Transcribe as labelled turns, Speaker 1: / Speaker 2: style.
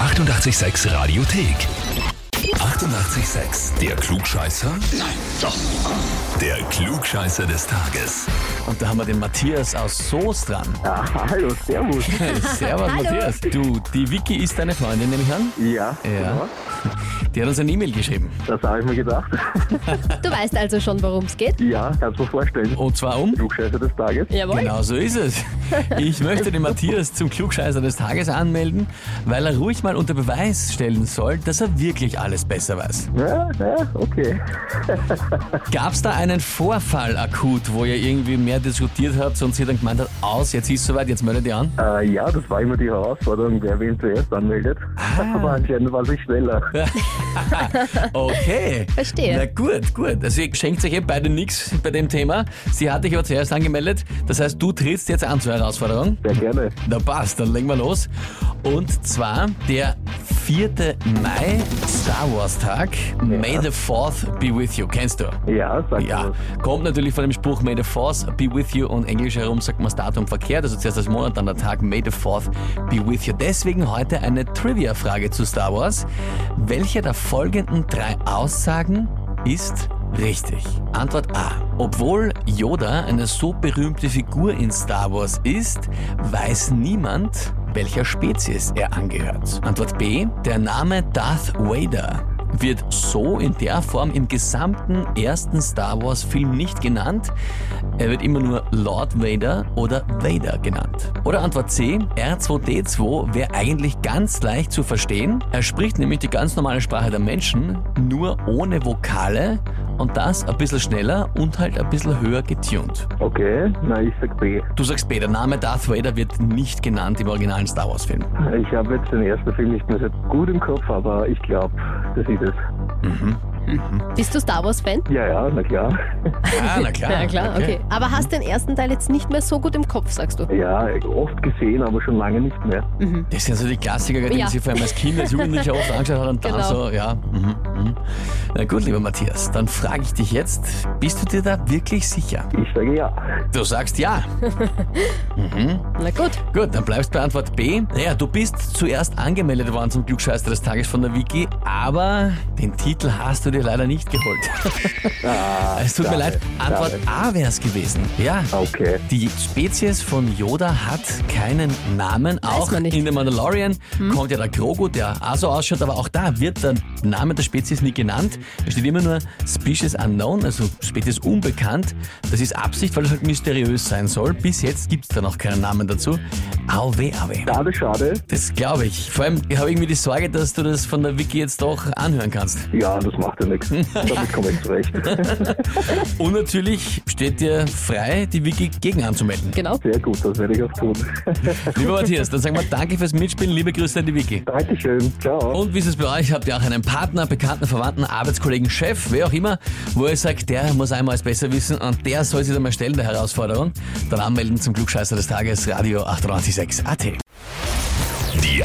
Speaker 1: 886 Radiothek. 88,6. Der Klugscheißer? Nein, doch. Der Klugscheißer des Tages.
Speaker 2: Und da haben wir den Matthias aus Soos dran.
Speaker 3: Ah, hallo, servus.
Speaker 2: Servus,
Speaker 4: Hallo.
Speaker 2: Matthias. Du, die Vicky ist deine Freundin, nehme ich an?
Speaker 3: Ja,
Speaker 2: Ja.
Speaker 3: genau.
Speaker 2: Die hat uns eine E-Mail geschrieben.
Speaker 3: Das habe ich mir gedacht.
Speaker 4: Du weißt also schon, worum es geht?
Speaker 3: Ja, kannst du mir vorstellen.
Speaker 2: Und zwar um?
Speaker 3: Flugscheiße des Tages.
Speaker 4: Jawohl.
Speaker 2: Genau so ist es. Ich möchte den Matthias zum Klugscheißer des Tages anmelden, weil er ruhig mal unter Beweis stellen soll, dass er wirklich alles besser weiß.
Speaker 3: Ja, ja, okay.
Speaker 2: Gab es da einen Vorfall akut, wo ihr irgendwie mehr diskutiert habt und sie dann gemeint hat, aus, jetzt ist soweit, jetzt meldet ihr an?
Speaker 3: Äh, ja, das war immer die Herausforderung, wer wen zuerst anmeldet. Aber anscheinend war ich schneller.
Speaker 2: Okay.
Speaker 4: Verstehe.
Speaker 2: Na gut, gut. Also ihr schenkt sich eh beide nichts bei dem Thema. Sie hat dich aber zuerst angemeldet. Das heißt, du trittst jetzt an zur Herausforderung.
Speaker 3: Sehr gerne.
Speaker 2: Na passt, dann legen wir los. Und zwar der 4. Mai, Star Wars Tag. May the 4th be with you. Kennst du?
Speaker 3: Ja, sag
Speaker 2: Ja,
Speaker 3: mal.
Speaker 2: kommt natürlich von dem Spruch May the Fourth be with you und englisch herum sagt man das Datum verkehrt, also zuerst das Monat, dann der Tag May the Fourth be with you. Deswegen heute eine Trivia-Frage zu Star Wars. Welche der folgenden drei Aussagen ist richtig? Antwort A. Obwohl Yoda eine so berühmte Figur in Star Wars ist, weiß niemand, welcher Spezies er angehört. Antwort B. Der Name Darth Vader wird so in der Form im gesamten ersten Star Wars-Film nicht genannt. Er wird immer nur Lord Vader oder Vader genannt. Oder Antwort C, R2D2 wäre eigentlich ganz leicht zu verstehen. Er spricht nämlich die ganz normale Sprache der Menschen, nur ohne Vokale und das ein bisschen schneller und halt ein bisschen höher getuned.
Speaker 3: Okay, na, ich sag B.
Speaker 2: Du sagst B, der Name Darth Vader wird nicht genannt im originalen Star Wars-Film.
Speaker 3: Ich habe jetzt den ersten Film nicht mehr so gut im Kopf, aber ich glaube, das ist es.
Speaker 4: Bist du Star Wars-Fan?
Speaker 3: Ja, ja, na klar.
Speaker 2: Ah, na klar.
Speaker 4: ja, klar, okay. Aber hast den ersten Teil jetzt nicht mehr so gut im Kopf, sagst du?
Speaker 3: Ja, oft gesehen, aber schon lange nicht mehr.
Speaker 2: Das sind so die Klassiker, die
Speaker 4: Ja.
Speaker 2: man sich vor allem als Kind, als Jugendlicher oft angeschaut hat und dann
Speaker 4: Genau.
Speaker 2: so, ja. Mhm, mhm. Na gut, lieber Matthias, dann frage ich dich jetzt, bist du dir da wirklich sicher?
Speaker 3: Ich sage ja.
Speaker 2: Du sagst ja.
Speaker 4: Na gut.
Speaker 2: Gut, dann bleibst bei Antwort B. Naja, du bist zuerst angemeldet worden zum Glücksscheißer des Tages von der Wiki, aber den Titel hast du dir leider nicht geholt.
Speaker 3: Ah,
Speaker 2: Es tut mir
Speaker 3: schade,
Speaker 2: leid, Antwort
Speaker 3: schade.
Speaker 2: A wäre es gewesen. Ja.
Speaker 3: Okay.
Speaker 2: Die Spezies von Yoda hat keinen Namen. Auch
Speaker 4: man nicht. Hm?
Speaker 2: in The Mandalorian kommt ja der Grogu, der auch so ausschaut, aber auch da wird der Name der Spezies nie genannt. Es steht immer nur Species Unknown, also Spezies unbekannt. Das ist Absicht, weil es halt mysteriös sein soll. Bis jetzt gibt's da noch keinen Namen dazu. Auwe, auwe.
Speaker 3: Schade, schade.
Speaker 2: Das glaube ich. Vor allem ich habe irgendwie die Sorge, dass du das von der Wiki jetzt doch anhören kannst.
Speaker 3: Ja, das macht ja nichts. Damit komme ich zurecht.
Speaker 2: Und natürlich steht dir frei, die Wiki gegen anzumelden.
Speaker 4: Genau.
Speaker 3: Sehr gut, das werde ich auch tun.
Speaker 2: Lieber Matthias, dann sagen wir danke fürs Mitspielen. Liebe Grüße an die Wiki.
Speaker 3: Dankeschön. Ciao.
Speaker 2: Und wie ist es bei euch? Habt ihr auch einen Partner, Bekannten, Verwandten, Arbeitskollegen, Chef, wer auch immer, wo ihr sagt, der muss einmal es besser wissen und der soll sich dann mal stellen, der Herausforderung? Dann anmelden zum Glückscheißer des Tages, Radio 886 AT.
Speaker 1: Die